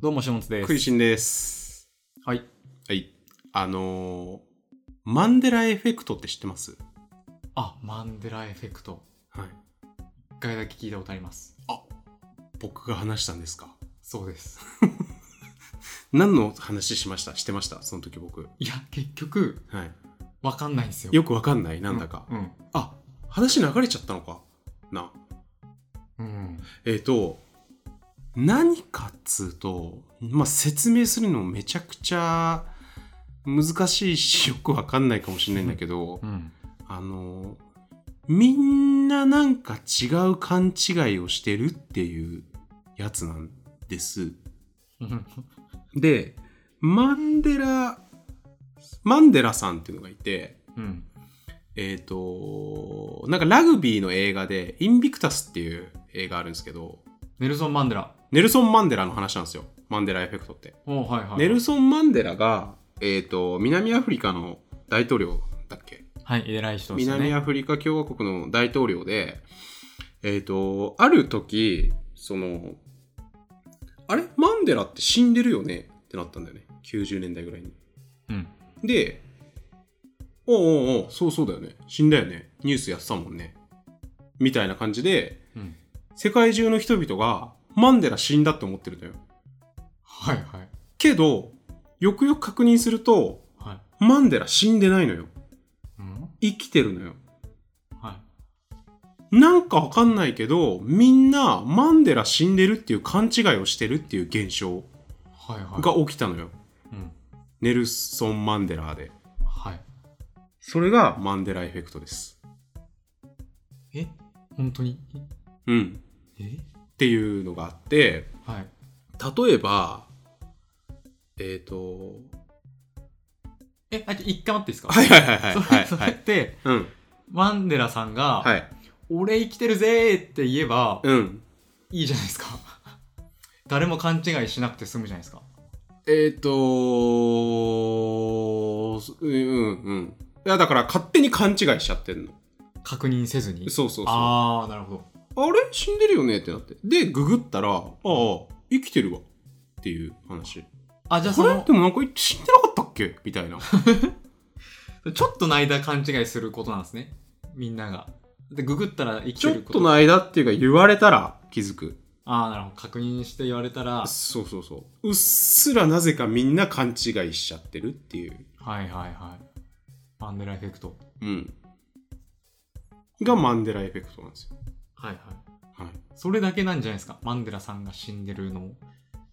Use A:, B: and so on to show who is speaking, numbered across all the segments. A: どうも、しもつです。
B: 食いしんです。
A: はい。
B: はい。あのーマンデラエフェクトって知ってます
A: あ、マンデラエフェクト。
B: はい。
A: 一回だけ聞いたことあります。
B: 僕が話したんですか
A: そうです。
B: 何の話しましたしてましたその時僕。
A: いや、結局、
B: はい。
A: わかんないんですよ。
B: よくわかんないなんだか。
A: うん。
B: あ、話流れちゃったのかな。
A: うん。
B: えっ、と、何かっつうと、まあ、説明するのもめちゃくちゃ難しいし、よくわかんないかもしれないんだけど、
A: うん。
B: あの、みんななんか違う勘違いをしてるっていうやつなんです。
A: うん。
B: で、マンデラ、マンデラさんっていうのがいて、
A: うん。
B: えっ、と、なんかラグビーの映画で、インビクタスっていう映画あるんですけど、
A: ネルソン・マンデラ。
B: ネルソン・マンデラの話なんですよ。マンデラエフェクトって。
A: おうはいはい。
B: ネルソン・マンデラが、えっ、と、南アフリカの大統領だっけ
A: はい、偉い人ですね。
B: 南アフリカ共和国の大統領で、えっ、と、ある時、その、あれマンデラって死んでるよねってなったんだよね。90年代ぐらいに。
A: うん。
B: で、おうおうおうそうそうだよね。死んだよね。ニュースやってたもんね。みたいな感じで、
A: うん。
B: 世界中の人々がマンデラ死んだって思ってるのよ。
A: はいはい。
B: けど、よくよく確認すると、
A: はい。
B: マンデラ死んでないのよ。
A: うん
B: 生きてるのよ。
A: は
B: なんかわかんないけど、みんなマンデラ死んでるっていう勘違いをしてるっていう現象
A: い。はいはい。
B: が、起きたのよ。
A: うん。
B: ネルソン・マンデラで。
A: はい。
B: それがマンデラエフェクトです。
A: え本当に
B: うん。
A: え
B: っていうのがあって、
A: はい。
B: 例えば、えっ、と、
A: え、あ、一回待っていいですか
B: はいはいはいはい。
A: それ
B: はい
A: そ
B: は
A: れっ
B: い。
A: て、
B: うん。
A: マンデラさんが、
B: はい。
A: 俺生きてるぜーって言えば、
B: うん。
A: いいじゃないですか。 誰も勘違いしなくて済むじゃないですか。
B: えっ、とーうんうんうん。いや、だから勝手に勘違いしちゃってんの。
A: 確認せずに。
B: そうそうそう。
A: ああ、なるほど。
B: あれ死んでるよねってなって。で、ググったら、ああ、生きてるわ。っていう話。
A: あ、じゃあ
B: こ
A: そ
B: れ
A: の
B: で、もなんか死んでなかったっけみた いな。
A: ちょっとの間勘違いすることなんですね。みんなが。で、ググったら生き
B: ちょ
A: て
B: っ
A: ること。
B: との間っていうか言われたら気づく。
A: ああ、なるほど。確認して言われたら、はい
B: そうそうそう。うっすらなぜかみんな勘違いしちゃってるっていう。
A: はいはい。マンデラエフェクト。
B: うん。がマンデラエフェクトなんですよ。
A: はいはい。
B: はい。
A: それだけなんじゃないですか。マンデラさんが死んでるのを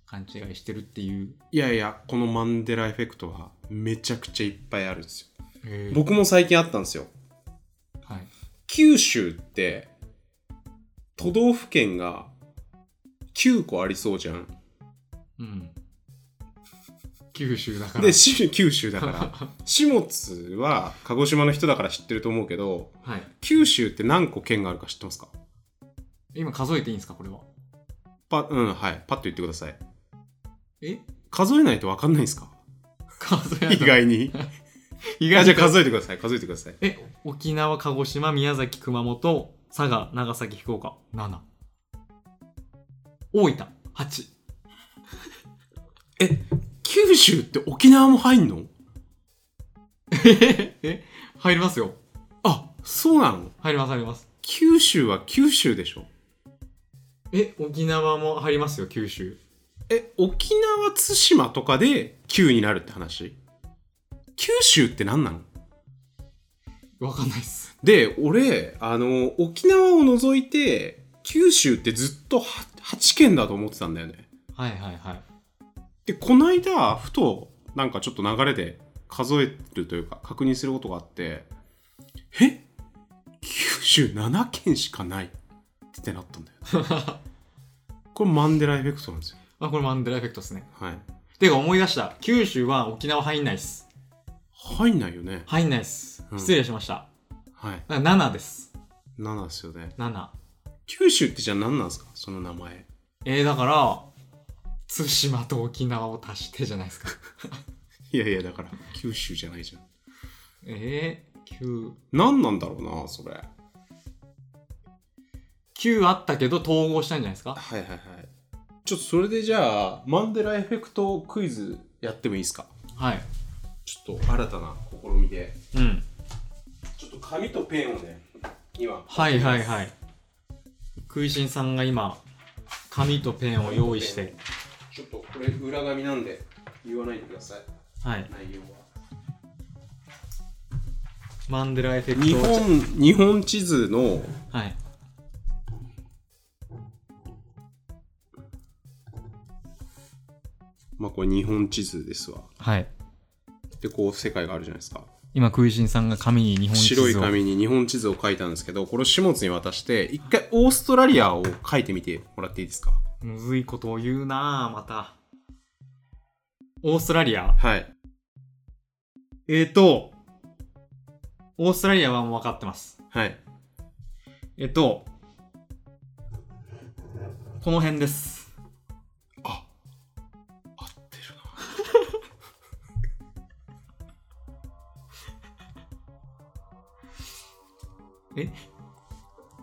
A: 勘違いしてるっていう。
B: いやいや、このマンデラエフェクトはめちゃくちゃいっぱいあるんですよ。
A: へー
B: 僕も最近あったんですよ。
A: はい。
B: 九州って都道府県が9個ありそうじゃん。
A: うん。九州だから。
B: で、し 九州だから。下津は鹿児島の人だから知ってると思うけど、
A: はい。
B: 九州って何個県があるか知ってますか
A: 今数えていいんですか、これは。
B: パうん、はい。パッと言ってください。
A: え
B: 数えないと分かんないんですか
A: 数えない
B: 意外に。
A: 意外
B: あじ
A: と
B: ゃあ数えてください。数えてください。
A: え、沖縄、鹿児島、宮崎、熊本、佐賀、長崎、福岡、7。大分、8。
B: 九州って沖縄も入んの
A: え、入りますよ。
B: あ、そうなの
A: 入ります、入ります。
B: 九州は九州でしょ
A: え、沖縄も入りますよ、九州。
B: え、沖縄、対馬とかで9になるって話九州って何なの
A: わかんないっす。
B: で、俺、あの、沖縄を除いて、九州ってずっと 8, 県だと思ってたんだよね。
A: はいはいはい。
B: で、こないだ、ふと、なんかちょっと流れで数えるというか、確認することがあって、え九州7県しかないってなったんだよ、これマンデラエフェクトなんですよ。
A: あ、これマンデラエフェクトっすね。
B: はい。
A: てか思い出した。九州は沖縄入んないっす。
B: 入んないよね。
A: 入んないっす。
B: うん
A: 失礼しました。
B: はい。
A: だから7です。
B: 7ですよね。
A: 7。
B: 九州ってじゃあ何なんですかその名前。
A: えー、だから、対馬と沖縄を足してじゃないですか。
B: いやいや、だから、九州じゃないじゃん。
A: えー、九
B: 何なんだろうな、それ。
A: 9あったけど統合したんじゃないですか
B: はいはいはい。ちちょっとそれでじゃあ、マンデラエフェクトクイズやってもいいですか
A: はい。
B: ちょっと新たな試みで。
A: うん。
B: ちょっと紙とペンをね、今。
A: はいはいはい。食いしんさんが今、紙とペンを用意して。
B: ちょっとこれ裏紙なんで言わないでください。
A: はい。
B: 内容は。
A: マンデラエフェクト。
B: 日本、日本地図の
A: はい。
B: まあこれ日本地図ですわ。
A: はい。
B: で、こう世界があるじゃないですか。
A: 今、食いしんさんが紙に日本地図を
B: 白い紙に日本地図を書いたんですけど、これを始末に渡して、一回オーストラリアを書いてみてもらっていいですか
A: むずいことを言うなあまた。オーストラリア
B: はい。
A: えーと、オーストラリアはもう分かってます。
B: はい。
A: えっと、この辺です。
B: あ、合ってるな。
A: え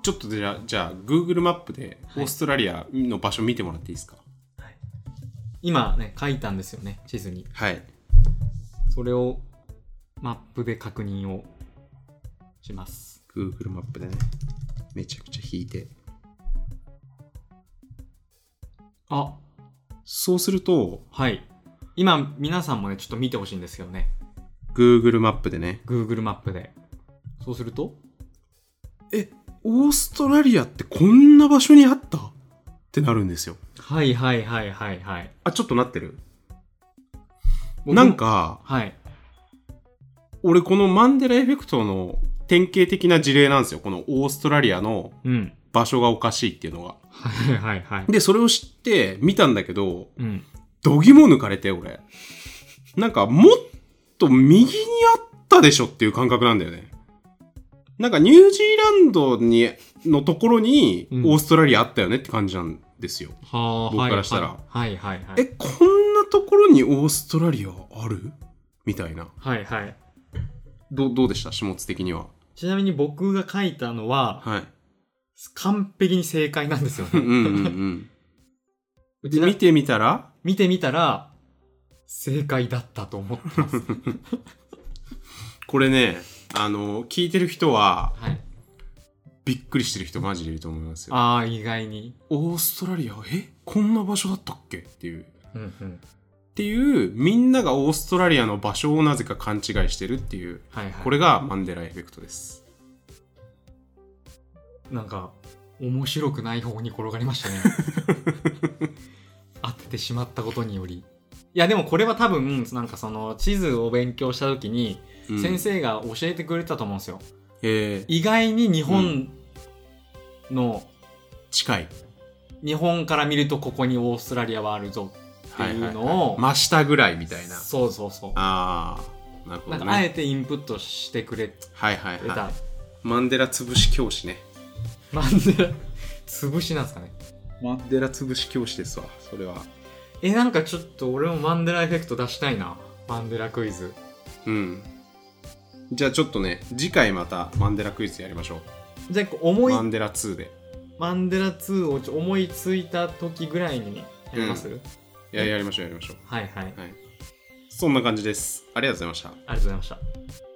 B: ちょっとじゃあ、じゃあ Google マップでオ
A: はい
B: ーストラリアの場所見てもらっていいですか
A: 今ね、書いたんですよね、地図に。
B: はい。
A: それを、マップで確認をします。
B: Google マップでね。めちゃくちゃ引いて。
A: あ、
B: そうすると、
A: はい。今、皆さんもね、ちょっと見てほしいんですけどね。
B: Google マップでね。
A: Google マップで。そうすると
B: え、オーストラリアってこんな場所にあったってなるんですよ。
A: はいはいはいはいはい。
B: あ、ちょっとなってる
A: 僕
B: なん、か、
A: はい。
B: 俺このマンデラエフェクトの典型的な事例なんですよ。このオーストラリアの
A: うん。
B: 場所がおかしいっていうのが。
A: はいはいはい。
B: で、それを知って見たんだけど、
A: うん。
B: 度肝抜かれて、俺。なんか、もっと右にあったでしょっていう感覚なんだよね。なんか、ニュージーランドに、のところに、オ
A: うん
B: ーストラリアあったよねって感じなんですよ。
A: はあ、
B: 僕からしたら
A: はいはいはい。
B: え、こんなところにオーストラリアあるみたいな。
A: はいはい。
B: どう、どうでした始末的には。
A: ちなみに僕が書いたのは、
B: はい。
A: 完璧に正解なんですよ
B: うんうんう
A: ね。
B: んうん。
A: う
B: で
A: ちな
B: 見てみたら、
A: 見てみたら、正解だったと思ってます。
B: これね、あの、聞いてる人は、
A: はい。
B: びっくりしてる人マジでいると思いますよ。
A: ああ、意外に。
B: オーストラリアえこんな場所だったっけっていう。っ
A: うんうん。
B: ていうみんながオーストラリアの場所をなぜか勘違いしてるっていう
A: はいはい。
B: これがマンデラエフェクトです。
A: なんか、面白くない方に転がりましたね。 当ててしまったことにより。いや、でもこれは多分、なんかその、地図を勉強した時に、
B: うん
A: 先生が教えてくれたと思うんですよ。
B: えー
A: 意外に日本の、
B: 近い
A: 日本から見るとここにオーストラリアはあるぞっていうのを、
B: 真下ぐらいみたいな。
A: そうそうそう
B: ああなるほ
A: なん
B: ど
A: かあえ
B: ね。
A: てインプットしてくれ
B: はいはい
A: た、
B: はい。マンデラ潰し教師ね。
A: マンデラ潰しなんですかね
B: マンデラ潰し教師ですわそれは。
A: えなんかちょっと俺もマンデラエフェクト出したいなマンデラクイズ
B: うん。じゃあちょっとね次回またマンデラクイズやりましょ
A: じゃあこう思
B: う。
A: い
B: マンデラ2で。
A: マンデラ2をちょ思いついた時ぐらいにやります、
B: いややりましょうやりましょう。
A: はいはいありが
B: はい。そんな感じです。ありがとうございました。
A: とうございました